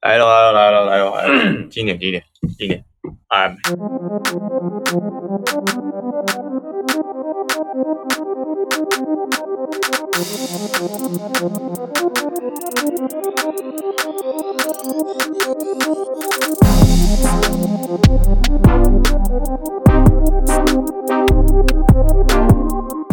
来了来了来了来了来了，近一点近一点近一点，哎，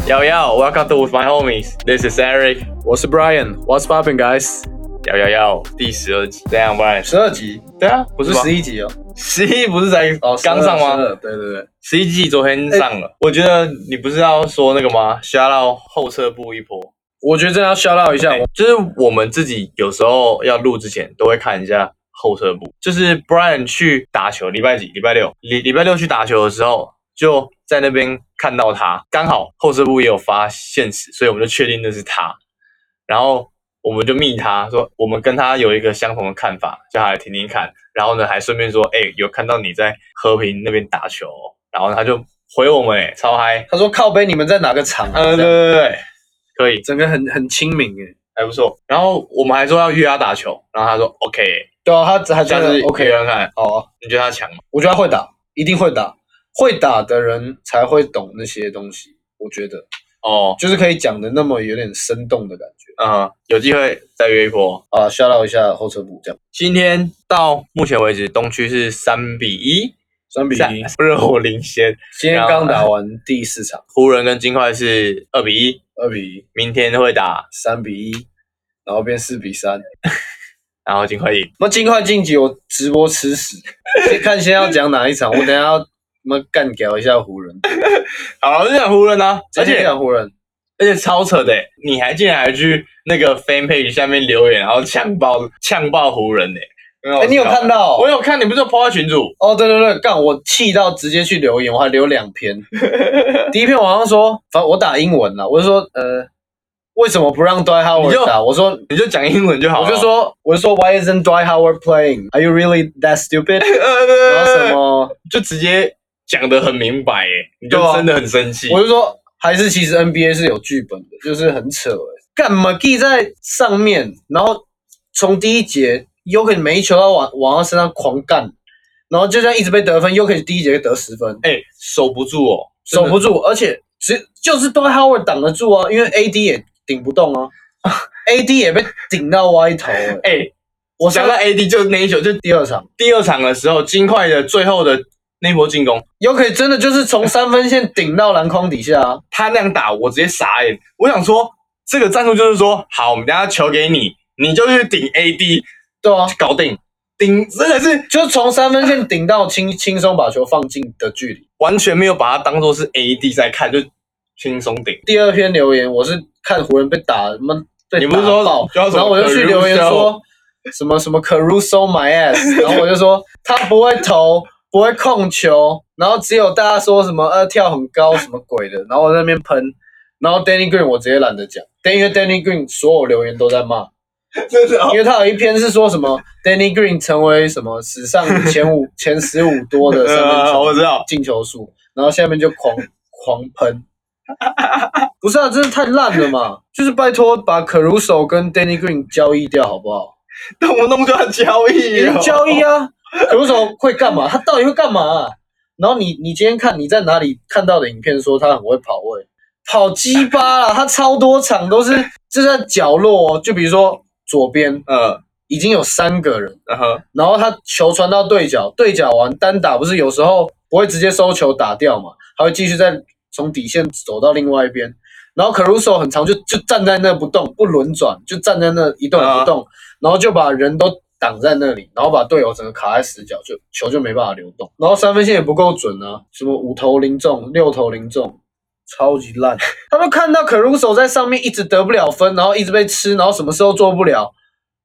yo yo, welcome to with my homies. This is Eric. 我是 Brian，What's poppin guys？ yo yo yo，第十二集，这样不然十二集对啊，不不是吧十一集哦，十一不是才哦，刚上吗？ 12？对对对，十哎一季昨天上了，我觉得你不是要说那个吗？瞎到后撤步一波，我觉得真的要 shout out 一下哎我，就是我们自己有时候要录之前都会看一下后撤步。就是 Brian 去打球，礼拜几？礼拜六，礼礼拜六去打球的时候，就在那边看到他，刚好后撤步也有发现实，所以我们就确定那是他。然后我们就密他说，我们跟他有一个相同的看法，叫他来听听看。然后呢，还顺便说，哎、有看到你在和平那边打球哦、然后他就回我们、哎，超嗨。他说靠背你们在哪个场啊？嗯、对这样对对对，可以。整个很很亲民诶。还不错。然后我们还说要约他打球，然后他说 OK，对啊，他下还真次的约 OK 看看。好啊，你觉得他强吗？我觉得他会打，一定会打，会打的人才会懂那些东西，我觉得哦，就是可以讲的那么有点生动的感觉嗯，有机会再约一波。啊，shout out 一下后车部这样，今天到目前为止，东区是三比一，三比三一，热火领先。今天刚打完第四场，湖人跟金块是二比一，二比一，明天会打，三比一，然后变四比三。然后金块赢。那尽快晋级，我直播 吃屎。先看先要讲哪一场，我等一下要他妈干掉一下湖人，好了，就讲湖人啊，而而且且讲湖人，而且超扯的欸，你还竟然还去那个 fan page 下面留言，然后呛爆呛爆湖人呢？哎、哎你有看？到我哦？有看，你不是有 po 在群组？哦，对对对，干，我气到直接去留言，我还留两篇。 第一篇我好像说，反正我打英文了，我就说，呃，为什么不让 d w y h o w 你 a 就 r 打？我说，你就讲英文就好了。我就说，我就说，Why isn't d w y h o w a r playing? Are you really that stupid? 然后什什么，么？就直接讲得很明白耶，你就对啊真的很生气。我就说，还是其实 NBA 是有剧本的，就是很扯、欸。干嘛 g 在上面，然后从第一节 u k 每一球都往往他身上狂干，然后就这样一直被得分 u k 第一节得十分，哎、守不住哦，守不住。住，而且只就是都 Howard 挡得住啊，因为 AD 也顶不动啊 ，AD 也被顶到歪头、欸。哎、我想上到 AD 就那一球，就第二场第二场的时候，金块的最后的那波进攻， u k 真的就是从三分线顶到篮筐底下、啊，他那样打，我直接傻眼。我想说，这个战术就是说，好，我们等一下球给你，你就去顶 AD，对啊，搞定，顶真的是就是从三分线顶到轻轻松把球放进的距离。完全没有把它当做是 AD 在看，就轻松 顶。第二篇留言，我是看湖人被打，他妈被你不是说打爆叫什么然后我就去留言说什么什么 Caruso my ass，然后我就说他不会投，不会控球，然后只有大家说什么呃跳很高什么鬼的，然后我在那边喷，然后 Danny Green 我直接懒得讲，因为 Danny Green 所有留言都在骂，真的、因为他有一篇是说什么 Danny Green 成为什么史上前五前十五多的三 分呃，球我知 道，进球数，然后下面就狂 狂喷。不是啊，真的太烂了嘛！就是拜托把 Caruso 跟 Danny Green 交易掉好不好？动不动就要交易、你哦，交易啊，Caruso 会干嘛？他到底会干嘛啊、然后你你今天看你在哪里看到的影片说他很会跑位，跑鸡巴啦！他超多场都是就在角落、哦，就比如说左边嗯，已经有三个人，然后然后他球传到对角，对角完单打不是有时候不会直接收球打掉嘛，还会继续再从底线走到另外一边。然后 Caruso 很长就就站在那不动，不轮转，就站在那一动也不动，然后就把人都挡在那里，然后把队友整个卡在死角，就球就没办法流动。然后三分线也不够准啊，什么五投零中、六投零中，超级烂。 他都看到 Caruso 在上面一直得不了分，然后一直被吃，然后什么事都做不了。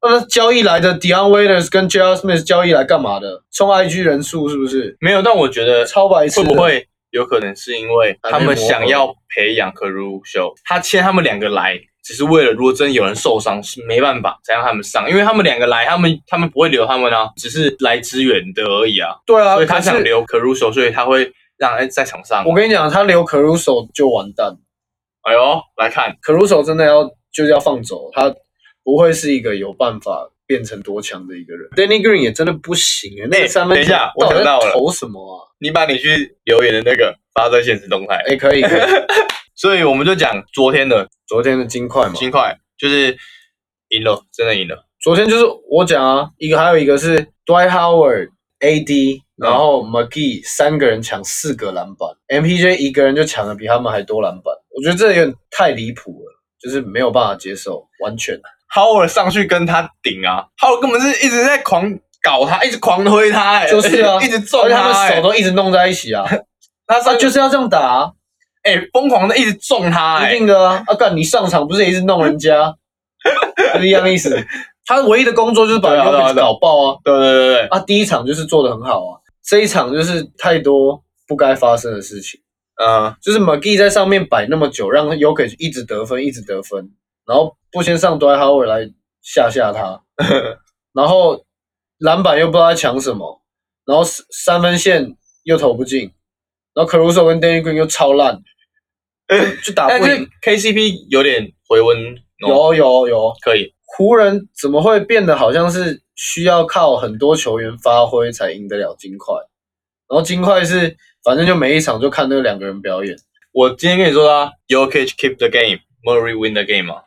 那他交易来的 Dion Waiters 跟 j a r Smith 交易来干嘛的？冲 IG 人数是不是？没有，但我觉得超白痴会的！不会有可能是因为他们想要培养 Caruso，他签他们两个来，只是为了如果真的有人受伤是没办法才让他们上，因为他们两个来，他们他们不会留他们啊，只是来支援的而已啊，对啊，所以他想可是留 Caruso，所以他会让哎他在场上。啊我跟你讲，他留 Caruso 就完蛋哎呦，来看，Caruso 真的要就是要放走他，不会是一个有办法变成多强的一个人。Danny Green 也真的不行哎、那哎个三分等一球下我到底想到在了投什么啊？你把你去留言的那个发在现实动态，哎、可以，可以所以我们就讲昨天的昨天的金块嘛，金块，就是赢了，真的赢了。昨天就是我讲啊，一个还有一个是 Dwight Howard、AD，然嗯后 McGee 三个人抢四个篮板，MPJ 一个人就抢的比他们还多篮板，我觉得这有点太离谱了，就是没有办法接受，完全。 Howard 上去跟他顶啊，Howard 根本是一直在狂搞他，一直狂推他、哎，就是啊 一直而撞且他们哎手都一直弄在一起 啊，他啊上去就是要这样打啊，哎疯狂的一直撞他、哎一定的啊，啊干你上场不是也一直弄人家，就是一样意思。他唯一的工作就是把对啊对啊 Jokic 对啊搞爆啊，对对对对，啊第一场就是做的很好啊，这一场就是太多不该发生的事情。嗯，就是 McGee 在上面摆那么久，让 y o k i 一直得分，一直得分，然后不先上 d w i g h Howard 来吓吓他， 然后篮板又不知道在抢什么，然后三三分线又投不进，然后 Caruso 跟 Danny Green 又超烂，就打但不哎是赢。 KCP 有点回温，哦有有有，可以，湖人怎么会变得好像是需要靠很多球员发挥才赢得了金块？然后金块是反正就每一场就看那两个人表演。我今天跟你说啦 y o k i c keep the game, Murray win the game 嘛，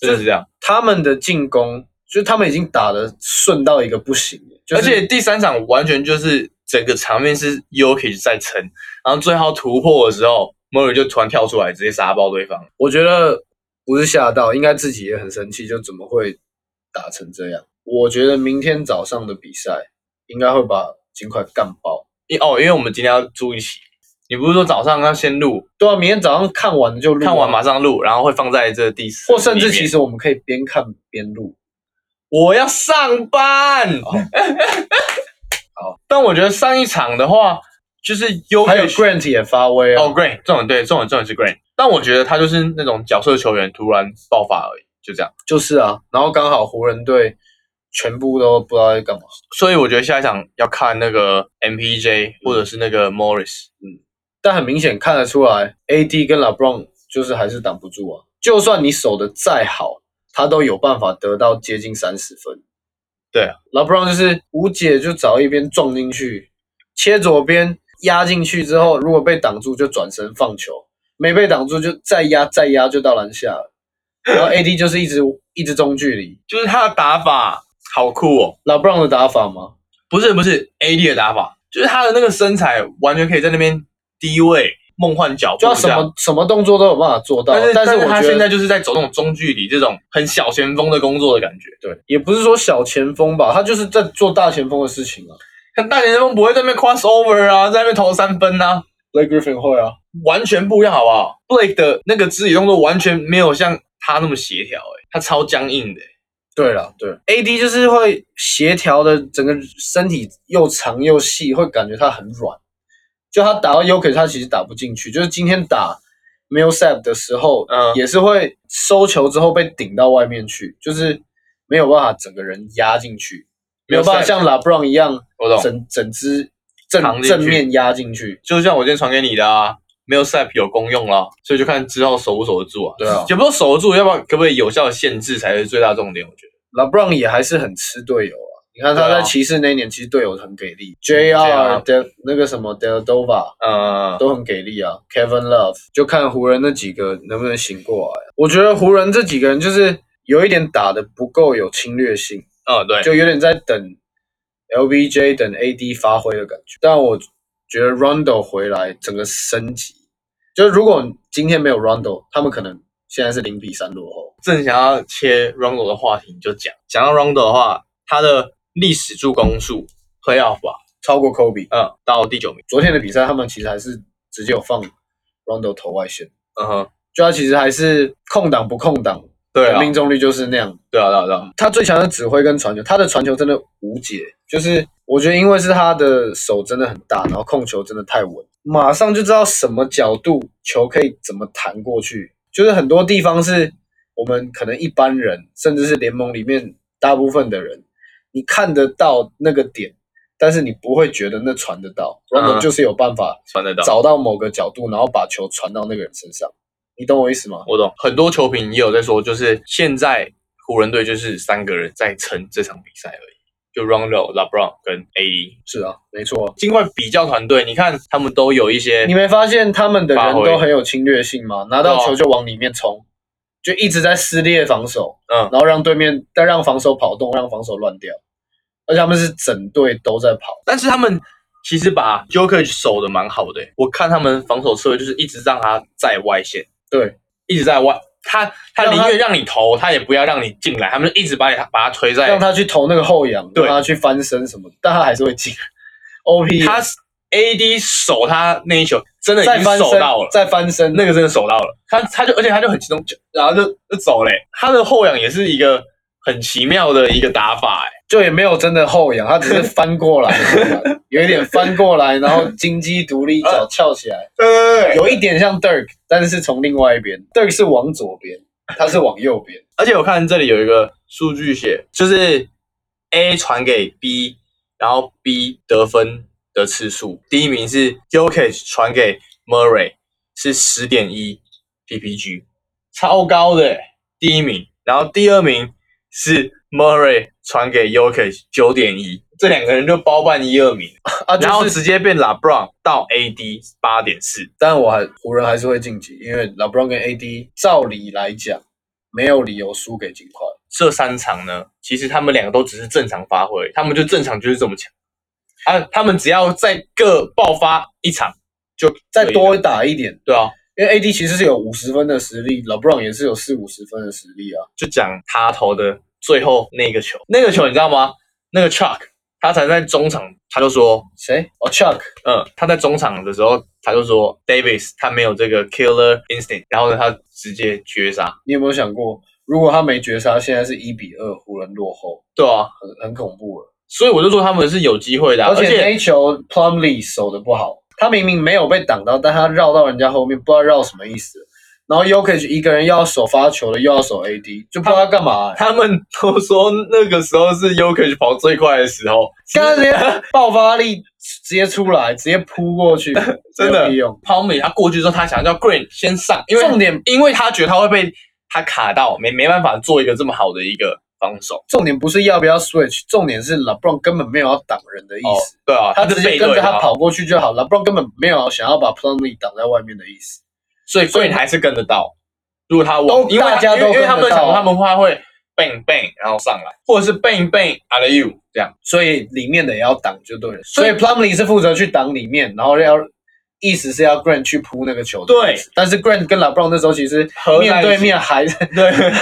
就是这样。他们的进攻，就是他们已经打的顺到一个不行了，就是、而且第三场完全就是整个场面是 y o k i c 在撑，然后最后突破的时候，Murray 就突然跳出来直接杀爆对方。我觉得不是吓到，应该自己也很生气，就怎么会打成这样？我觉得明天早上的比赛应该会把金块干爆。因哦，因为我们今天要住一起，你不是说早上要先录，对啊，明天早上看完就录啊、看完马上录，然后会放在这第四，或甚至其实实我们可以边看边录。我要上班。哦好，但我觉得上一场的话，就是 y o 还 k 有 i c Grant 也发威啊，哦，Green，这种对，这种这种是 Green，但我觉得他就是那种角色球员突然爆发而已，就这样。就是啊，然后刚好湖人队全部都不知道在干嘛。所以我觉得下一场要看那个 MPJ 或者是那个 Morris，但很明显看得出来，AD 跟 LeBron 就是还是挡不住啊。就算你守的再好，他都有办法得到接近三十分。对啊，LeBron 就是无解，就找一边撞进去，切左边压进去之后，如果被挡住就转身放球，没被挡住就再压再压就到篮下了。然后 AD 就是一直一直中距离就是他的打法好酷哦， ，LeBron 的打法嘛，不是不是 AD 的打法，就是他的那个身材完全可以在那边低位梦幻脚步就这他样，什么什么动作都有办法做到。但是但是是我他觉得现在就是在走那种中距离这种很小前锋的工作的感觉，对，也不是说小前锋吧，他就是在做大前锋的事情啊。看大前锋不会在那边 cross over 啊，在那边投三分啊， Blake Griffin 会啊，完全不一样，好不好？Blake 的那个肢体动作完全没有像他那么协调，诶，他超僵硬的、欸。对了，对，AD 就是会协调的，整个身体又长又细，会感觉他很软。就他打到 u k 他其实打不进去。就是今天打 Millsap 的时候，呃嗯也是会收球之后被顶到外面去，就是没有办法整个人压进去，没有办法 Millsap 像 LeBron 一样我懂，整整只正扛进去正面压进去。就像我今天传给你的啊，没有 SAP 有功用啦，所以就看之后守不守得住啊。对啊也不是守得住，要不要可不可以有效的限制才是最大重点，我觉得。 LeBron 也还是很吃队友啊。你看他对啊嗯啊在骑士那一年，其实队友很给力，JR、De 那个什么 Deladova 呃，都很给力啊，Kevin Love 就看湖人那几个能不能醒过来。啊我觉得湖人这几个人就是有一点打的不够有侵略性，嗯，对，就有点在等 LBJ 等 AD 发挥的感觉。但我觉得 Rondo 回来整个升级，就是如果今天没有 Rondo，他们可能现在是零比三落后。正想要切 Rondo 的话题，你就讲。讲到 Rondo 的话，他的历史助攻数 Playoff 吧，超过 Kobe。嗯，到第九名，昨天的比赛，他们其实还是直接有放 Rondo 投外线，嗯哼，就他其实还是空档不空档，对啊，命中率就是那样。对啊，对啊，对啊，他最强的指挥跟传球，他的传球真的无解，就是我觉得因为是他的手真的很大，然后控球真的太稳，马上就知道什么角度球可以怎么弹过去，就是很多地方是我们可能一般人，甚至是联盟里面大部分的人，你看得到那个点。但是你不会觉得那传得到，Rondo 嗯就是有办法传得到。找到某个角度，然后把球哦传到那个人身上。你懂我意思吗？我懂，很多球评也有在说，就是现在湖人队就是三个人在撑这场比赛而已，就 Rondo、LeBron 跟 AD。是啊，没错。尽管比较团队，你看他们都有一些你没发现他们的人发挥都很有侵略性吗？拿到对啊球就往里面冲，就一直在撕裂防守，嗯然后让对面，但让防守跑动，让防守乱掉。而且他们是整队都在跑，但是他们其实把 Joker 守的蛮好的、欸我看他们防守策略就是一直让他在外线，对，一直在外，他他让宁他愿让你投，他也不要让你进来，他们就一直把你把他推在让他去投那个后仰，哎对让他去翻身什么的，但他还是会进。O P 他 AD 守他那一球，真的已再经翻守身到了，。再翻身，那个真的守到了，他他就而且他就很激动，就然后就就走嘞、欸他的后仰也是一个很奇妙的一个打法、欸，就也没有真的后仰，他只是翻过来， 有一点翻过来，然后金鸡独立，脚翘起来，对对对对， 有一点像 Dirk，但是是从另外一边，Dirk 是往左边，他是往右边。 而且我看这里有一个数据写，就是 A 传给 B，然后 B 得分的次数，第一名是 Jokic 传给 Murray 是十点一 PPG，超高的、欸、第一名，然后第二名是 Murray 传给 Jokic 九点一，这两个人就包办一二名。啊，就然后是，直接变 LeBron 到 AD 八点四，但我还湖人还是会晋级，因为 LeBron 跟 AD 照理来讲没有理由输给金块，这三场呢，其实他们两个都只是正常发挥，他们就正常就是这么强啊，他们只要再各爆发一场就可以了再多打一点，对啊，因为 AD 其实是有五十分的实力，LeBron 也是有四五十分的实力啊。就讲他投的最后那个球，那个球你知道吗？那个 Chuck 他才在中场，他就说，谁？哦，Chuck，嗯，他在中场的时候他就说 Davis 他没有这个 killer instinct，然后呢他直接绝杀，你有没有想过，如果他没绝杀，现在是一比二，湖人落后，对啊，很很恐怖了。所以我就说他们是有机会的啊、而且那一球 Plumlee 守的不好，他明明没有被挡到，但他绕到人家后面，不知道绕什么意思。然后 Yokich 一个人又要守发球的，又要守 AD，就不知道他干嘛、欸。他们都说那个时候是 u k i 跑最快的时候，刚才直接爆发力直接出来，直接扑过去， 真没有的屁用。抛美他过去之后，他想叫 Green 先上，因为重点因为他觉得他会被他卡到，没没办法做一个这么好的一个防守。重点不是要不要 switch，重点是 LeBron 根本没有要挡人的意哦思，，对啊，他就直背接跟对着他，跑过去就好。LeBron 根本没有想要把 Plumlee 挡在外面的意思。所以 Green 还是跟得到。如果他都往，因为他大家都因为因为跟得他们想到他们他会 bang bang 然后上来，或者是 bang bang at you 这样。所以里面的也要挡就对了。所所以以 Plumlee 是负责去挡里面，然后要意思是要 Grant 去扑那个球的对意思。但是 Grant 跟 LeBron 那时候其实合在一起面对面还是对，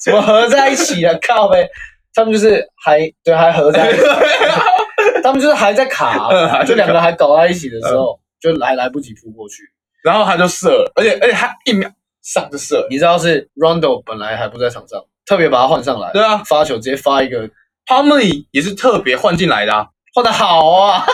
什么合在一起了，靠呗，他们就是还对还合 在一起，他们就是还在卡嗯还在，卡嗯就两个还搞在一起的时候，就来来不及扑过去。 然后他就射了，而且而且他一秒上就射了。你知道是 Rondo 本来还不在场上，特别把他换上来，对啊发球直接发一个， p a m l y 也是特别换进来的啊，换的好啊，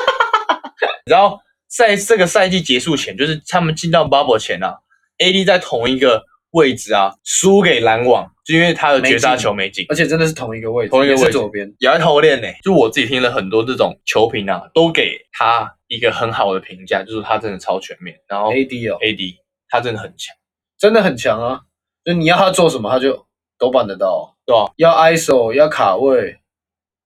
然后在这个赛季结束前，就是他们进到 bubble 前啊，AD 在同一个位置啊，输给篮网，就因为他的绝杀球没进，而且真的是同一个位置，同一个也是位置左边。也在偷练呢、欸就我自己听了很多这种球评啊，都给他一个很好的评价，就是他真的超全面，然后 AD 哦， AD 他真的很强，真的很强啊！就你要他做什么，他就都办得到。对啊吧、要 ISO，要卡位，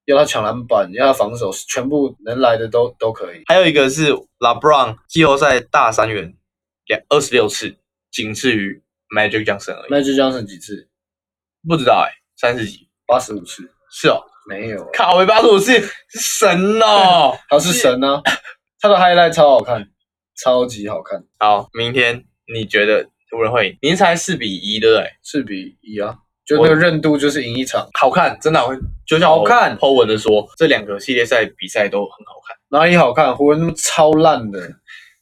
要他抢篮板，要他防守，全部能来的都都可以。还有一个是 LeBron 季后赛大三元两二十六次，仅次于 Magic Johnson 而已，那就 Johnson 几次？不知道哎、三十几八十五次？是哦，没有啊，卡维巴鲁是神哦。他是神啊！他的 highlight 超好看，超级好看，好，明天你觉得湖人会赢？明天才四比一，对不对？四比一啊！就那个韧度就是赢一场，好看，真的好看。就像好看，Po 文的说，这两个系列赛比赛都很好看。哪里好看？湖人他妈超烂的，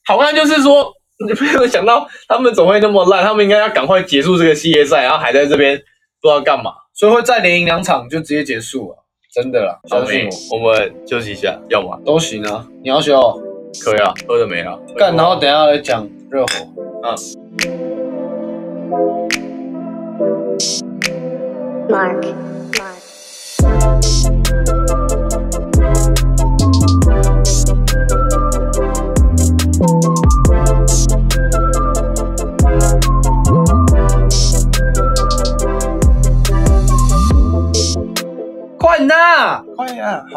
好看就是说，你没有想到他们怎么会那么烂，他们应该要赶快结束这个系列赛，然后还在这边不知道干嘛。所以会再连赢两场就直接结束了、真的啦，小相信我，我们休息一下，要吗？我都行啊！你要休哦可以啊，喝的没了。干，然后等一下来讲热火。 Mark. Mark. 哎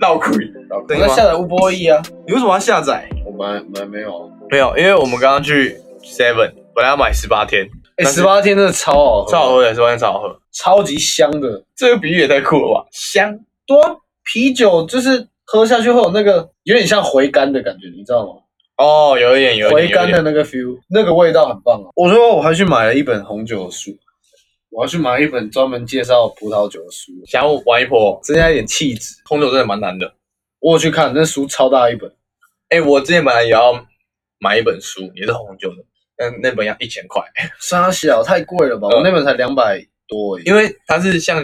倒亏，我等在于吗下载吴波义啊，你为什么要下载？我们们没有。没有，因为我们刚刚去 Seven，本来要买十八天，哎，但十是八天真的超好喝，超好喝的，十八天超好喝。超级香的，这个比喻也太酷了吧！香多啊啤酒就是喝下去会有那个有点像回甘的感觉，你知道吗？哦，有一点，有一点，回甘有一的点那个 feel，那个味道很棒啊！我说我还去买了一本红酒的书，我要去买一本专门介绍葡萄酒的书，想要玩一波，增加一点气质。红酒真的蛮难的。我有去看那书超大一本，哎、我之前本来也要买一本书，也是红酒的，但那本要一千块，沙小太贵了吧？嗯我那本才两百多而已，因为它是像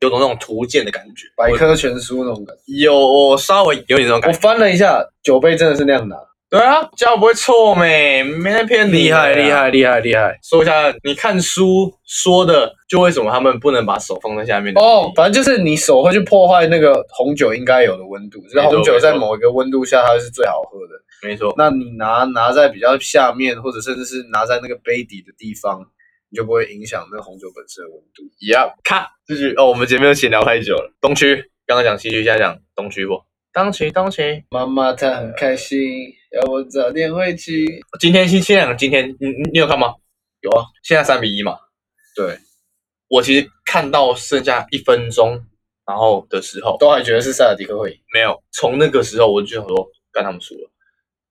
有种那种图鉴的感觉，百我科全书那种感觉。有我稍微有点那种我感觉。翻了一下，酒杯真的是那样拿，对啊，这样不会错没？没那骗你厉害的啊厉。害厉害厉害！说一下，你看书说的，就为什么他们不能把手放在下面的哦，反正就是你手会去破坏那个红酒应该有的温度，就是没错红酒在没错某一个温度下它是最好喝的。没错，那你拿拿在比较下面，或者甚至是拿在那个杯底的地方，你就不会影响那个红酒本身的温度。一样。咔，继续哦，我们前面又闲聊太久了。东区，刚刚讲西区，现在讲东区不？东区，东区。妈妈她很开心，要我早点回去。今天星期两，今天你你你有看吗？有啊，现在三比一嘛。对，我其实看到剩下一分钟，然后的时候都还觉得是塞尔迪克会赢，没有，从那个时候我就想说，干他们输了，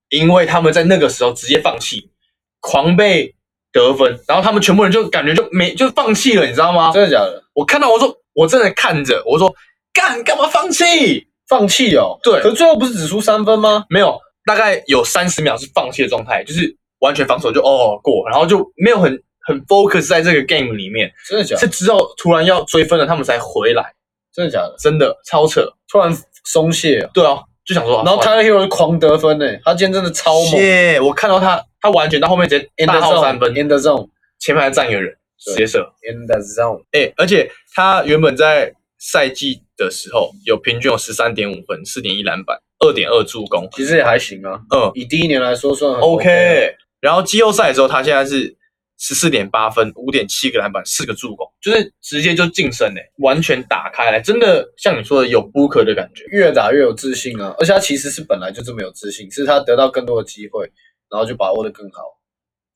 因为他们在那个时候直接放弃，狂被得分，然后他们全部人就感觉就没就放弃了，你知道吗？真的假的？我看到我说我真的看着我说干干嘛放弃？放弃哦。对可最后不是只输三分吗？没有，大概有三十秒是放弃的状态，就是完全防守就哦过，然后就没有很很 focus 在这个 game 里面，真的假是的？之后突然要追分了，他们才回来，真的假的？真的超扯。突然松懈哦。对啊，就想说，然后他 Tyler Hero 狂得分呢，他今天真的超猛耶，我看到他，他完全到后面直接，in the 大号三 zone，in 分， the zone，in 前排站一个人直接射。 the zone，哎、而且他原本在赛季的时候有平均有十三点五分、四点一篮板、二点二助攻，其实也还行啊。嗯以第一年来说算很 OK。 OK 啊。然后季后赛的时候，他现在是十四点八分、五点七个篮板、四个助攻，就是直接就晋升嘞、完全打开来，真的像你说的有 Booker 的感觉。越打越有自信啊！而且他其实是本来就这么有自信，是他得到更多的机会，然后就把握的更好。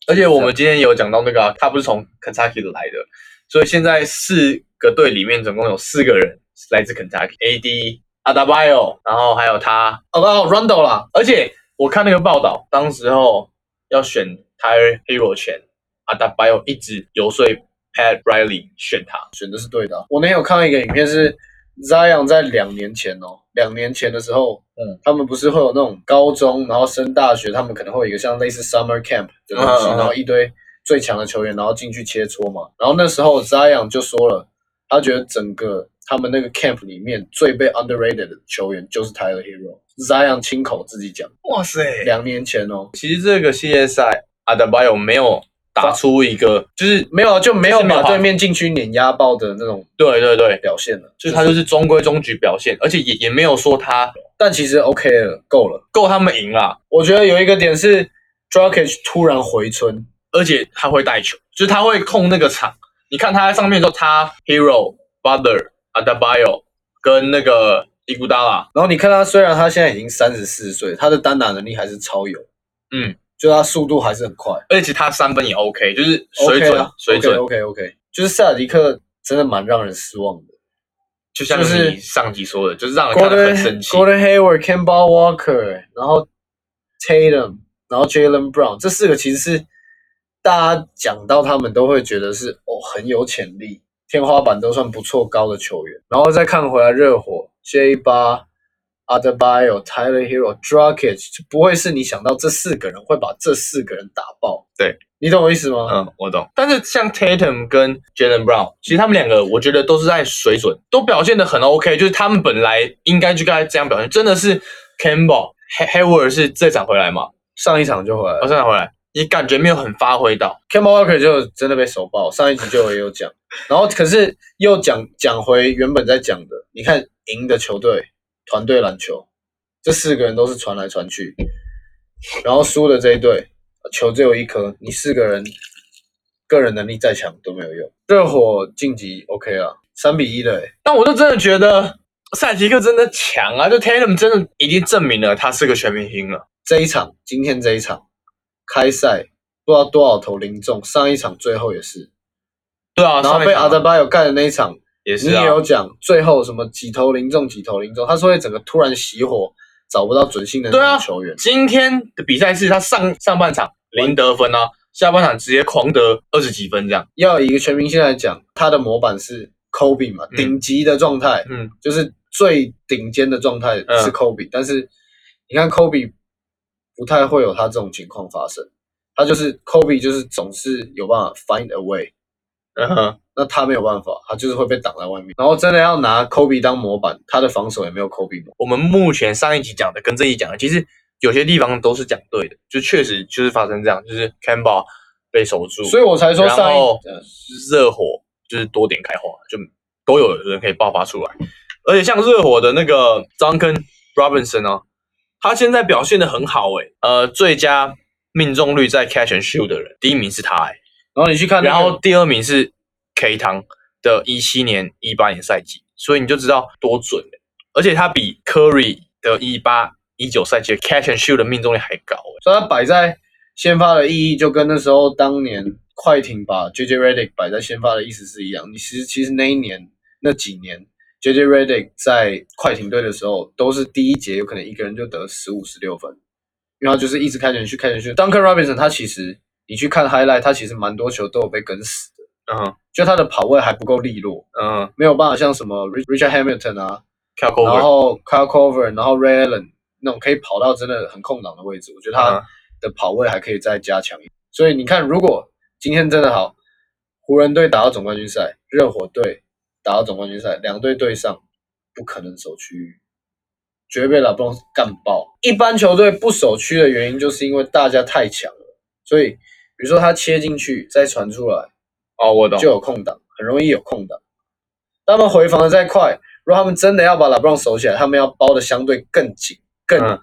而且我们今天有讲到那个啊、他不是从 Kentucky 来的，所以现在四个队里面总共有四个人是来自 Kentucky，AD、a d a b i o 然后还有他，哦，哦 r u n d l 啦，而且我看那个报道，当时候要选 Tyler Hero 前 a d a b i o 一直游说 Pat Riley 选他，选的是对的啊、我那天有看到一个影片是 Zion 在两年前哦，两年前的时候，嗯，他们不是会有那种高中，然后升大学，他们可能会有一个像类似 summer camp 的东西，嗯嗯嗯然后一堆最强的球员，然后进去切磋嘛。然后那时候 Zion 就说了，他觉得整个他们那个 camp 里面最被 underrated 的球员就是 Tyler Hero。Zion 亲口自己讲，哇塞两年前哦，其实这个系列赛 a d a b i o 没有打出一个，就是没有啊就没有就是没有把好对面禁区碾压爆的那种对对对，表现了，就是他就是中规中矩表现，而且也也没有说他但其实 OK 了，够了。够他们赢啦。我觉得有一个点是 d r a k i c 突然回春，而且他会带球，就是他会控那个场。你看他在上面之后，他 Hero、Butler、Adabio 跟那个伊古达拉，然后你看他，虽然他现在已经三十四岁，他的单打能力还是超有，嗯，就他速度还是很快，而且他三分也 OK，就是水 OK 准啊水准 OK OK，, 就是塞尔迪克真的蛮让人失望的。就像就是你上集说的，就是让人看得 Gordon 很生气。 Gordon Hayward、k e m b a Walker，然后 Tatum，然后 Jalen Brown，这四个其实是大家讲到他们都会觉得是哦很有潜力，天花板都算不错高的球员。然后再看回来热火 J 八、a d e b i o Tyler Hero、Dragic，就不会是你想到这四个人会把这四个人打爆。对，你懂我意思吗？嗯，我懂。但是像 Tatum 跟 Jalen Brown，其实他们两个，我觉得都是在水准都表现的很 OK，就是他们本来应该就该这样表现。真的是 Campbell、Hayward 是这场回来嘛？上一场就回来哦，了这场回来，你感觉没有很发挥到。 k e m b a Walker 就真的被手爆，上一集就也有讲，然后可是又讲讲回原本在讲的，你看赢的球队团队篮球，这四个人都是传来传去，然后输的这一队球只有一颗，你四个人个人能力再强都没有用。热火晋级 OK 啊，三比一的、欸，但我就真的觉得赛提克真的强啊！就 Tatum 真的已经证明了他是个全明星了。这一场，今天这一场开赛不知道多少投零中，上一场最后也是，对啊，然后上一被场阿德巴有干的那一场，也你是啊也，有讲最后什么几投零中几投零中，他是会整个突然熄火，找不到准信的对啊那种球员，今天的比赛是他上上半场零得分啊，下半场直接狂得二十几分这样。要以一个全明星来讲，他的模板是 Kobe 嘛，嗯顶级的状态，嗯，就是最顶尖的状态是嗯 Kobe，、但是你看 Kobe 不太会有他这种情况发生，他就是 Kobe 就是总是有办法 find a way，嗯哼，那他没有办法，他就是会被挡在外面。然后真的要拿 Kobe 当模板，他的防守也没有 Kobe 模我们目前上一集讲的跟这一集讲的，其实有些地方都是讲对的，就确实就是发生这样，就是 Campbell 被守住，板，所以我才说嗯上然一后呃热火就是多点开花，就都有人可以爆发出来。而且像热火的那个 Duncan Robinson 啊，他现在表现的很好诶、呃，最佳命中率在 catch and shoot 的人，第一名是他诶、然后你去看那然个、后第二名是 K 汤的一七年、一八年赛季，所以你就知道多准了。而且他比 Curry 的一八、一九赛季的 catch and shoot 的命中率还高、欸。所以他摆在先发的意义，就跟那时候当年快艇把 JJ Redick 摆在先发的意思是一样。你其实其实那一年那几年，JJ Redick 在快艇队的时候，都是第一节有可能一个人就得十五十六分，因为他就是一直开人去开人去。Duncan Robinson 他其实你去看 highlight，他其实蛮多球都有被跟死的，嗯哼就他的跑位还不够利落，嗯哼，没有办法像什么 Rich- Richard Hamilton 啊，跳然 cover，后 Kyle Cover，然后 Ray Allen 那种可以跑到真的很空档的位置，我觉嗯得他的跑位还可以再加强一点。所以你看，如果今天真的好，湖人队打到总冠军赛，热火队打到总冠军赛，两队对上，不可能守区域，绝对被老布干爆。一般球队不守区的原因，就是因为大家太强了，所以比如说他切进去再传出来，哦，我懂就。有空档，很容易有空档。他们回防的再快，如果他们真的要把 LeBron 守起来，他们要包的相对更紧，更、嗯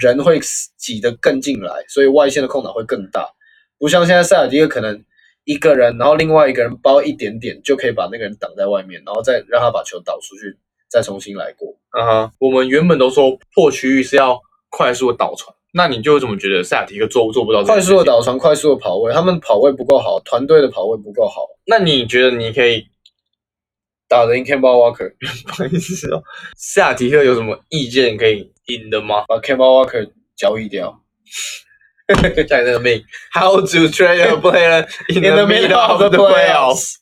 人会挤得更进来，所以外线的空档会更大。不像现在塞尔迪克可能一个人，然后另外一个人包一点点就可以把那个人挡在外面，然后再让他把球导出去，再重新来过。嗯哼，我们原本都说破区域是要快速的倒传，那你就怎么觉得塞尔提克做做不到？快速的，导传，快速的跑位，他们跑位不够好，团队的跑位不够好，那你觉得你可 以打得赢 Kemba Walker，不好意思哦，塞尔提克有什么意见可以赢的吗？把 Kemba Walker 交易掉。在那个命，How to train a player in In the middle the middle of of the the playoffs？ playoffs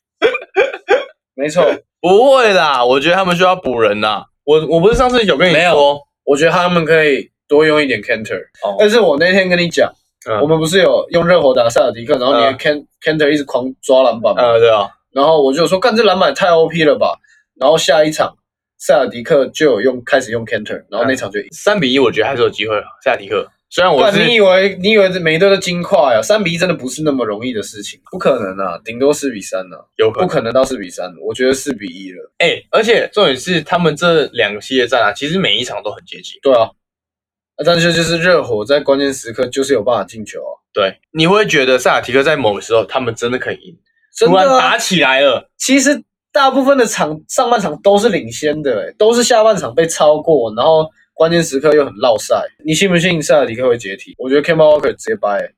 没错，不会啦，我觉得他们需要补人呐。我我不是上次有跟你没有说，我觉得他们可以多用一点 Canter，、哦但是我那天跟你讲，嗯我们不是有用热火打塞尔迪克，然后你的嗯 Can、Canter 一直狂抓篮板嘛，呃对啊，然后我就说干这篮板也太 OP 了吧，然后下一场塞尔迪克就有用开始用 Canter，然后那场就赢。三比一，我觉得还是有机会。塞尔提克，虽然嗯我干啊你是以为你以为每一队都金块啊？三比一真的不是那么容易的事情，不可能啊，顶多四比三啊，有可不能。可能到四比三，我觉得四比一了。哎、而且重点是他们这两个系列战啊，其实每一场都很接近。对啊，啊但是就是热火在关键时刻就是有办法进球啊，对，你会觉得塞尔提克在某个时候他们真的可以赢，真突的然啊打起来了。其实大部分的场上半场都是领先的、欸，都是下半场被超过，然后关键时刻又很落赛。你信不信塞尔迪克会解体？我觉得 Kemba Walker 直接掰、欸、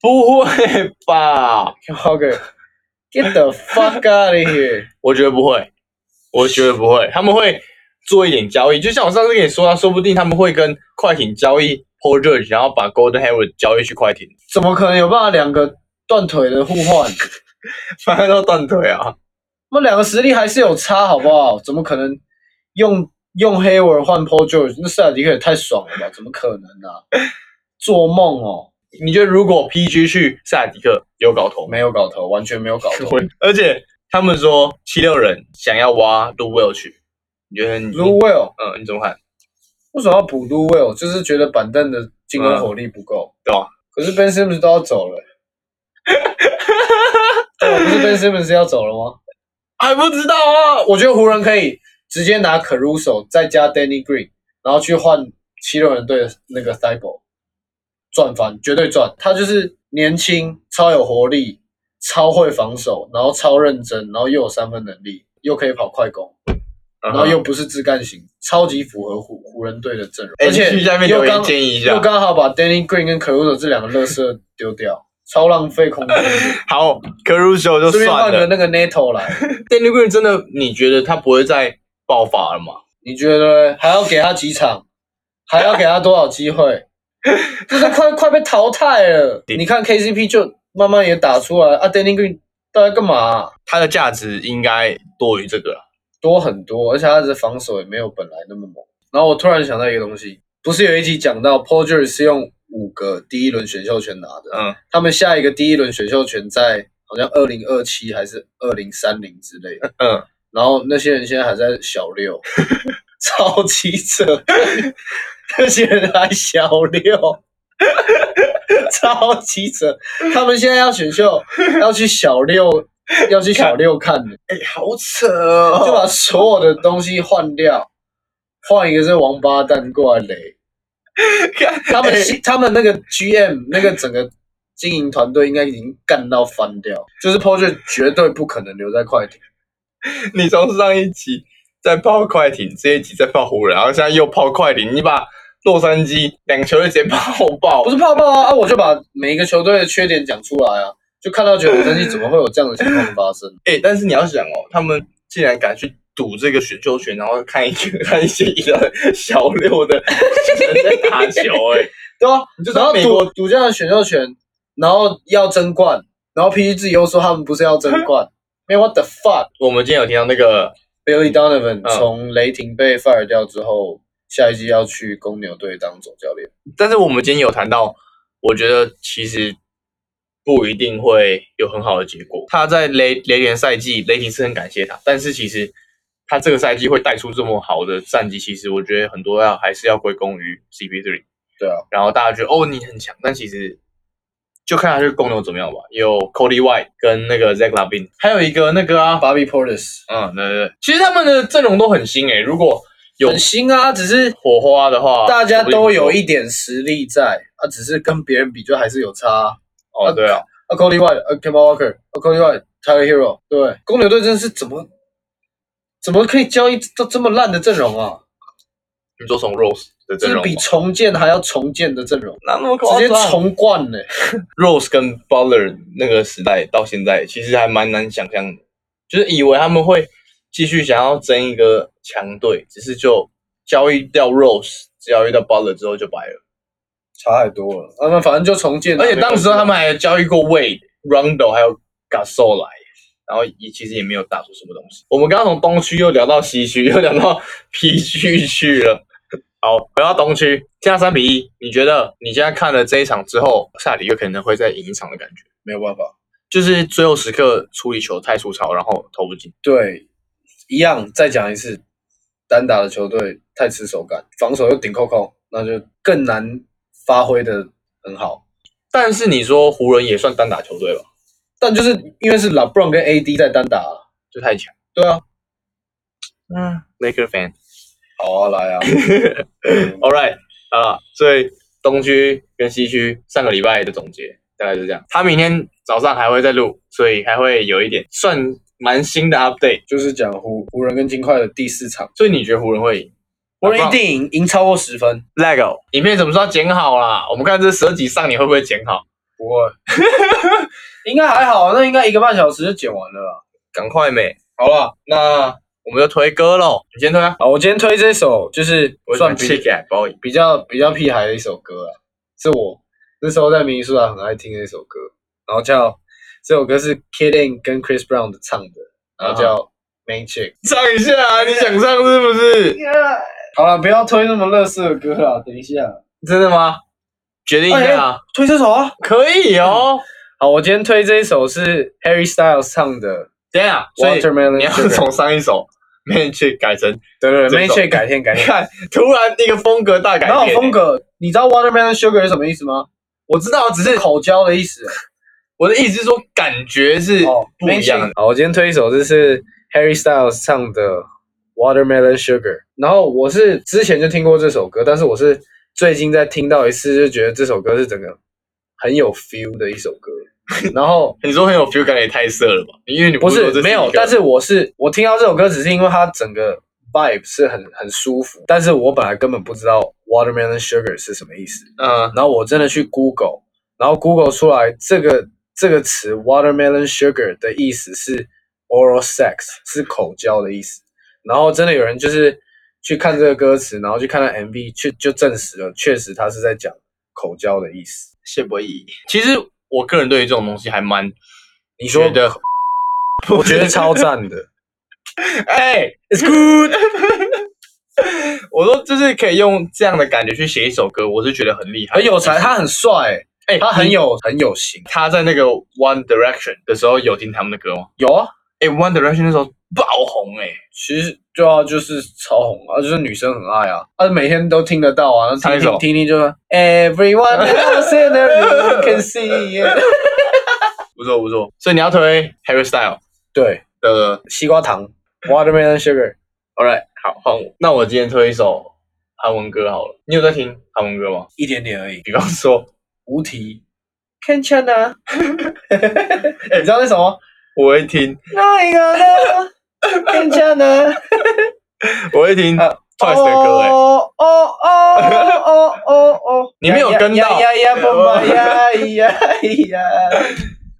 不会吧？ ，Kemba Walker。Get the fuck out of here！我觉得不会，我觉得不会，他们会做一点交易，就像我上次跟你说啊，说不定他们会跟快艇交易 Paul George，然后把 Golden Hayward 交易去快艇，怎么可能有办法两个断腿的互换？反正都断腿啊。那两个实力还是有差，好不好？怎么可能用用 Hayward 换 Paul George？那塞尔迪克也太爽了吧？怎么可能啊？做梦哦！你觉得如果 PG 去塞尔迪克有搞头吗？没有搞头，完全没有搞头。会，而且他们说七六人想要挖 l u w e l 去，你觉得你 Lou Will 嗯你怎么看？为什么要补 l u w i l 就是觉得板凳的进攻火力不够。嗯对啊吧？可是 Ben Simmons 都要 走了、对不是 Ben Simmons 要走了吗？还不知道啊，我觉得湖人可以直接拿 Caruso 再加 Danny Green，然后去换七六人队的那个 t h i b a l 赚翻，绝对赚。他就是年轻、超有活力、超会防守，然后超认真，然后又有三分能力，又可以跑快攻。然然后又不是自干型，超级符合湖湖人队的阵容，哎而且你去下面留又言刚建议一又下。刚好把 Danny Green 跟 Caruso 这两个乐色丢掉，超浪费空 间。好，Caruso 就顺便算换个了。那个 Nato 来， Danny Green 真的，你觉得他不会再爆发了吗？你觉得还要给他几场，还要给他多少机会？ 这都快快被淘汰了。你看 KCP 就慢慢也打出来啊，Danny Green 到底干嘛啊、他的价值应该多于这个啊啦。多很多，而且他的防守也没有本来那么猛。然后我突然想到一个东西，不是有一集讲到 p o g e r 是用五个第一轮选秀权拿的，嗯，他们下一个第一轮选秀权在好像二零二七还是二零三零之 类的，嗯，然后那些人现在还在小六， 超级扯，那些人还小六。 超级扯！他们现在要选秀，要去小六，要去小六看的，哎、好扯哦 就把所有的东西换掉，换一个这王八蛋过来垒。他哎们、他们那个 GM 那个整个经营团队应该已经干到翻掉，就是 Poacher 绝对不可能留在快艇。你从上一集在泡快艇，这一集在泡湖人，然后现在又泡快艇，你把洛杉矶两个球队直接泡爆不，是泡泡啊，啊我就把每一个球队的缺点讲出来啊，就看到觉得我分析怎么会有这样的情况发生。哎、但是你要想哦，他们竟然敢去赌这个选秀权，然后看一个看一些一个小六的人 在打球、哎，对啊你就，知道然后美国赌赌这样的选秀权，然后要争冠，然后 PG 自己又说他们不是要争 冠，没 what the fuck。我们今天有听到那个 Billy Donovan 嗯从雷霆被 fire 掉之后，下一季要去公牛队当总教练。但是我们今天有谈到，我觉得其实不一定会有很好的结果。他在雷雷联赛季，雷霆是很感谢他，但是其实他这个赛季会带出这么好的战绩，其实我觉得很多要还是要归功于 CP3。对啊，然后大家觉得哦你很强，但其实就看他去公牛怎么样吧。有 Cody White 跟那个 Zach Lavin，还有一个那个啊， Bobby Portis 嗯，对对对，其实他们的阵容都很新诶、欸如果有啊很新啊，只是火花的话，大家都有一一点实力在啊，只是跟别人比就还是有差啊。哦，对啊，啊，Cody White，啊，Kemba Walker，啊，Cody White，Tyler Hero，对，公牛队真的是怎么怎么可以交易到这么烂的阵容啊？你说从 Rose 的这阵是容吗啊比重建还要重建的阵容，哪那么直接重灌呢、 Rose 跟 Butler 那个时代到现在，其实还蛮难想象的，就是以为他们会继续想要争一个强队，只是就交易掉 Rose，交易掉 Butler 之后就白了。差太多了。啊，那反正就重建啊，而且当时没关系啊他们还交易过 Wade、Rondo 还有 Gasol 来，然后也其实也没有打出什么东西。我们刚刚从东区又聊到西区，又聊到 P 区去了。好，回到东区，现在三比一，你觉得你现在看了这一场之后，下礼拜可能会再赢一场的感觉？没有办法。就是最后时刻处理球太粗糙，然后投不进。对，一样再讲一次，单打的球队太吃手感，防守又顶扣扣，那就更难发挥的很好。但是你说湖人也算单打球队吧，但就是因为是 LeBron 跟 AD 在单打啊，就太强。对啊，嗯，Laker fan。好啊，来啊， All right，啊，所以东区跟西区上个礼拜的总结大概是这样。他明天早上还会再录，所以还会有一点算蛮新的 update。就是讲湖湖人跟金块的第四场，所以你觉得湖人会赢湖人一定赢，赢超过十分， ？LEGO 影片什么时候剪好啦？我们看这十二集上你会不会剪好？不会， 应该还好，那应该一个半小时就剪完了啦。赶快没，好了，那我们就推歌喽。你先推啊，好，我今天推这首就是算比气感包赢。比较比较屁孩的一首歌啊，是我那时候在明尼苏达很爱听的一首歌，然后叫这首歌是 Kid Ink 跟 Chris Brown 的唱的，然后叫 Main Chick。唱一下啊，你想唱是不是？好了，不要推那么乐色的歌了，等一下真的吗？决定一下啊，推这首啊。可以哦。好，我今天推这一首是 Harry Styles 唱的，等一下，所以 Watermelon 你要 Sugar 从上一首 面去改成，对对这对，Main 首 Chick 改天改天。看突然一个风格 大改然后变。欸风，格，你知道 Watermelon Sugar 是什么意思吗？我知道，只是是口交的意思。我的意思是说，感觉是哦，不一样的。好，我今天推一首，这是 Harry Styles 唱的《Watermelon Sugar》，然后我是之前就听过这首歌，但是我是最近在听到一次，就觉得这首歌是整个很有 feel 的一首歌。然后你说很有 feel 感也太色了吧？因为你不说是这没一有个，但是我是我听到这首歌，只是因为它整个 vibe 是很很舒服，但是我本来根本不知道 watermelon sugar 是什么意思，嗯，然后我真的去 Google，然后 Google 出来这个这个词 watermelon sugar 的意思是 oral sex，是口交的意思。然后真的有人就是去看这个歌词，然后去看了 MV，去就证实了，确实他是在讲口交的意思。谢博义。其实我个人对于这种东西还蛮，你说觉得， 我觉得超赞的。 哎、i t s good 。我说就是可以用这样的感觉去写一首歌，我是觉得很厉害，很有才，他很帅、欸，哎、他很你有很有型。他在那个 One Direction 的时候有听他们的歌吗？有啊，哎、o n e Direction 那时候爆红欸哎、其实对啊，就是超红啊，就是女生很爱啊，啊每天都听得到啊，唱听一首听听听就 Everyone else in the room can see it。 不错不错。所以你要推 Harry Style 对，的西瓜糖 watermelon sugar， ，All right，好换我。那我今天推一首韩文歌好了。你有在听韩文歌吗？一点点而已。比方说，无题 c a n c h a n a 你知道那什么？我会听，那一个呢 c a n c h a n a 我会听 Twice 的歌哎、啊哦哦哦哦哦哦！ 你没有跟到呀呀呀呀妈呀呀呀！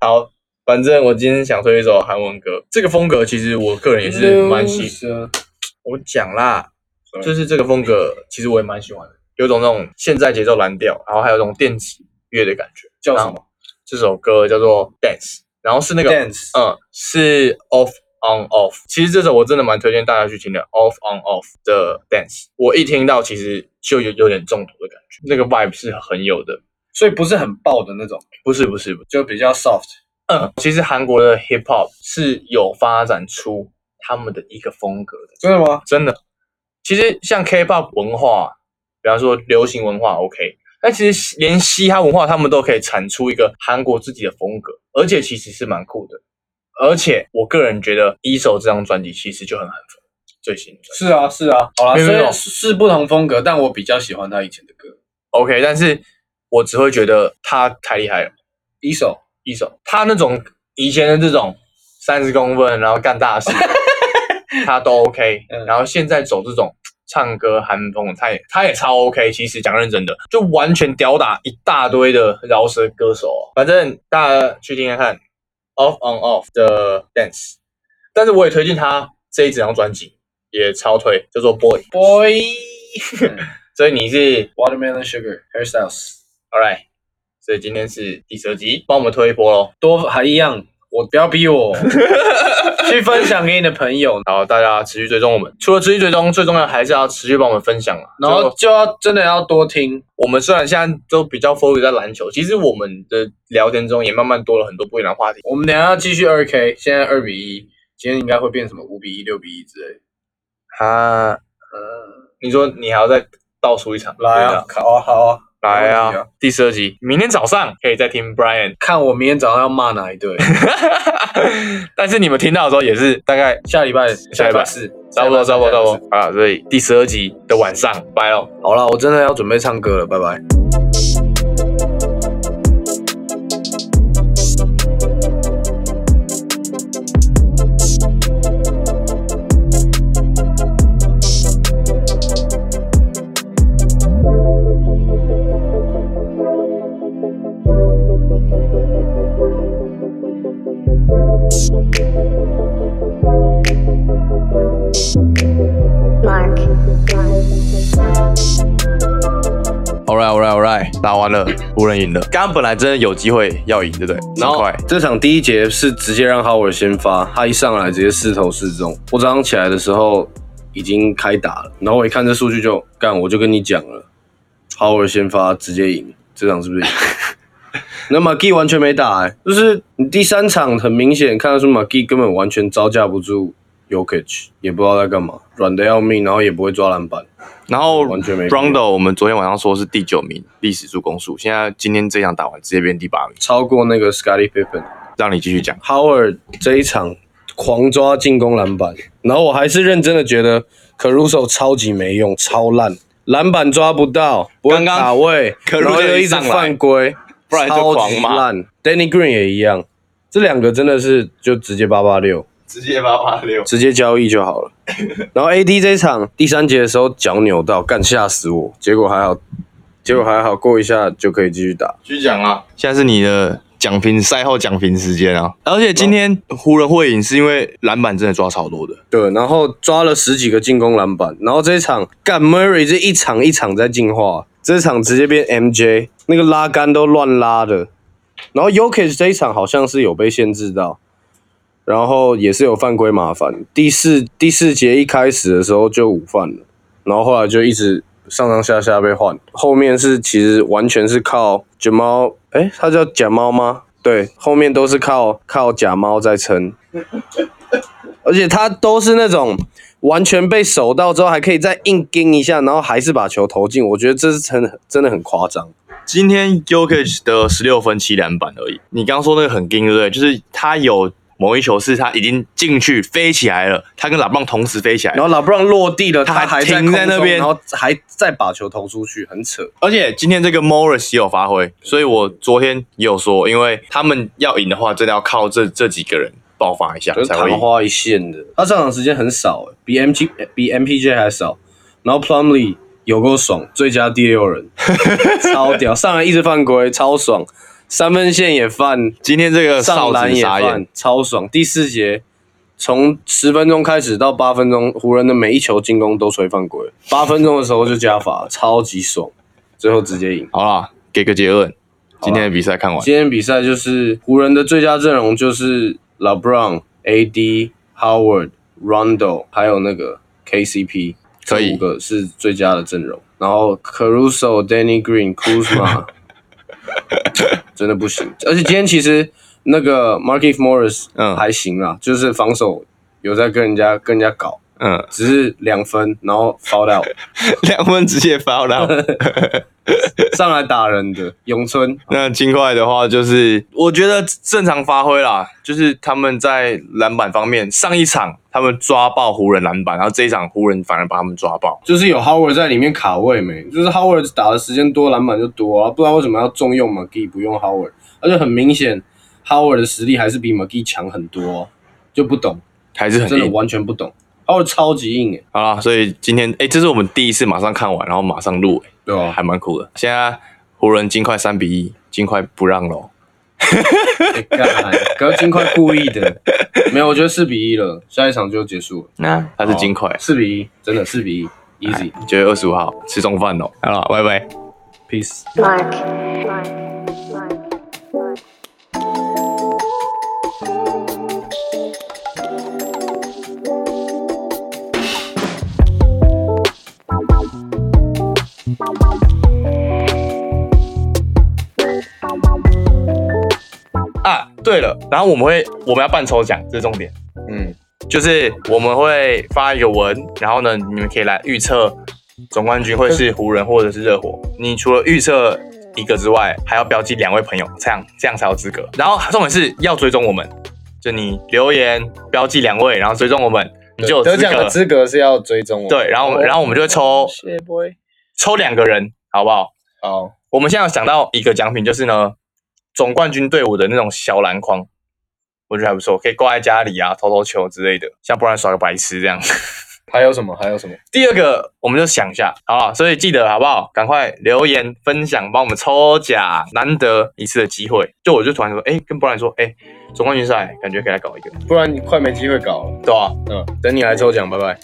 好，反正我今天想推一首韩文歌，这个风格其实我个人也是蛮喜，欢。我讲啦， Sorry 就是这个风格其实我也蛮喜欢的，有种那种现在节奏蓝调，然后还有那种电子乐的感觉。叫什然么后？这首歌叫做 Dance，然后是那个？Dance。嗯，是 Off on Off。其实这首我真的蛮推荐大家去听的，Off on Off 的 Dance。我一听到其实就有有点中毒的感觉，那个 vibe 是很有的。所以不是很爆的那种，不是不是不是，就比较 soft。嗯，其实韩国的 hip hop 是有发展出他们的一个风格的，真的吗？真的。其实像 K-pop 文化，比方说流行文化，OK，但其实连嘻哈文化他们都可以产出一个韩国自己的风格，而且其实是蛮酷的。而且我个人觉得《一手》这张专辑其实就很韩风，最新的专辑是啊，是啊。好啦，没有虽没有然是是不同风格，但我比较喜欢他以前的歌。 OK，但是我只会觉得他太厉害了。一首一手，他那种以前的这种三十公分，然后干大事，他都 OK 嗯。然后现在走这种唱歌韩风，他也他也超 OK。其实讲认真的，就完全吊打一大堆的饶舌歌手哦、反正大家去听看看，Off on Off 的 Dance。但是我也推荐他这一整张专辑，也超推，叫做 Boy。 Boy 所以你是 Watermelon Sugar Hairstyles All right，所以今天是第十二集，帮我们推一波喽。多还一样，我不要 逼我去分享给你的朋友，然后大家持续追踪我们。除了持续追踪，最重要的还是要持续帮我们分享啊。然后就就要真的要多听。我们虽然现在都比较 focus 在篮球，其实我们的聊天中也慢慢多了很多不一样的话题。我们等一下要继续二 K，现在二比一，今天应该会变什么五比一、六比一之类的。啊，嗯，你说你还要再倒数一场？来对啊的，，好啊，好啊，来没问题啊！第十二集，明天早上可以再听 Brian， 看我明天早上要骂哪一队。但是你们听到的时候也是大概下礼拜，下礼拜四，差不多，差不多，差下礼拜不多啊。所以第十二集的晚上，拜喽。好了，我真的要准备唱歌了，拜拜。 Mark. All right, all right, all right，打完了，湖人赢了。刚刚本来真的有机会要赢，对不对？很然后快这场第一节是直接让 Howard 先发，他一上来直接四投四中。我早上起来的时候已经开打了，然后我一看这数据就干，我就跟你讲了，Howard 先发直接赢，这场是不是赢？那 m a g g 完全没打、欸，就是你第三场很明显看得出 m a g g 根本完全招架不住 Yokich，也不知道在干嘛，软的要命，然后也不会抓篮板。然后完全没 Rondo，我们昨天晚上说是第九名，历史助攻数，现在今天这场打完直接变第八名，超过那个 Scotty Pippen。让你继续讲。 Howard 这一场狂抓进攻篮板，然后我还是认真的觉得 Caruso 超级没用，超烂，篮板抓不到，不会刚刚卡位， Caruso 然后又一直上来犯规，不然就超狂级骂烂。Danny Green 也一样，这两个真的是就直接八八六， 直接八八六。直接交易就好了。然后 AD 这一场第三节的时候脚扭到，干吓死我，结果还好，结果还好过一下就可以继续打。继续讲啊，现在是你的讲评赛后讲评时间啊。而且今天湖人会赢是因为篮板真的抓超多的，对，然后抓了十几个进攻篮板，然后这一场干 Murray 这一场一场在进化，这一场直接变 MJ，那个拉杆都乱拉的。然后 Yokich 这一场好像是有被限制到，然后也是有犯规麻烦。第四第四节一开始的时候就午犯了，然后后来就一直上上下下被换，后面是其实完全是靠卷猫，诶，他叫假猫吗？对，后面都是靠靠假猫在撑。而且他都是那种完全被守到之后，还可以再硬盯一下，然后还是把球投进。我觉得这是真的真的很夸张。今天 Jokic 的十六分七篮板而已。你刚刚说那个很硬，对不对？就是他有某一球是他已经进去飞起来了，他跟拉布朗同时飞起来，然后老布朗落地了，他他还还停在空中那边然后哎还再把球投出去，很扯。而且今天这个 Morris 也有发挥，所以我昨天也有说，因为他们要赢的话，真的要靠这这几个人爆发一下就是才会昙赢。花一现的。他上场时间很少、欸，比 M G 比 M P J 还少。然后 Plumlee 有够爽，最佳第六 人，超屌，上来一直犯规，超爽，三分线也犯，今天这个上哨篮子也傻眼犯，，超爽。第四节从十分钟开始到八分钟，湖人的每一球进攻都吹犯规，八分钟的时候就加罚，超级爽，最后直接赢。好啦，给个结论，今天的比赛看完。啊今天比赛就是湖人的最佳阵容就是 LeBron、AD、Howard、Rondo，还有那个 KCP，可以这五个是最佳的阵容。然后 Caruso、Danny Green、Kuzma，真的不行。而且今天其实那个 Markif Morris 嗯还行啦，就是防守有在跟人家跟人家搞， 嗯，只是两分，然后 foul out 两分直接发到。上来打人的咏春， 那金块的话，就是我觉得正常发挥啦，就是他们在篮板方面，上一场他们抓爆湖人篮板，然后这一场湖人反而把他们抓爆。就是有 Howard 在里面卡位没，就是 Howard 打的时间多，篮板就多啊，不知道为什么要重用 McGee 不用 Howard，而且很明显 Howard 的实力还是比 McGee 强很多哦、就不懂，还是很真的硬，完全不懂，Howard 超级硬欸诶，好啦，所以今天哎、诶这是我们第一次马上看完，然后马上录、对诶哦还蛮酷的。现在湖人金块三比一，金块不让喽。哎干， 可是金块故意的，没有，我觉得四比一了，下一场就结束了，那他是金块，哎四比一，真的四比一，easy 九月二十五号吃中饭喽。好啦，拜拜。 peace。 Mark. Mark. Mark. Mark. 啊，对了，然后我们会我们要办抽奖，这是重点。嗯，就是我们会发一个文，然后呢，你们可以来预测总冠军会是湖人或者是热火。你除了预测一个之外，还要标记两位朋友，这样这样才有资格。然后重点是要追踪我们，就你留言标记两位，然后追踪我们，你就有得资奖格的。资格是要追踪我。对，然后我们然后我们就会抽谢 boy。抽两个人，好不好？好，我们现在有想到一个奖品，就是呢，总冠军队伍的那种小篮筐，我觉得还不错，可以挂在家里啊，投投球之类的，像不然耍个白痴这样。 还有什么？还有什么？第二个，我们就想一下，好不好？所以记得好不好？赶快留言分享，帮我们抽奖，难得一次的机会。就我就突然说，哎、跟波兰说，哎、总冠军赛感觉可以来搞一个，不然你快没机会搞了。对吧、嗯。等你来抽奖，拜拜。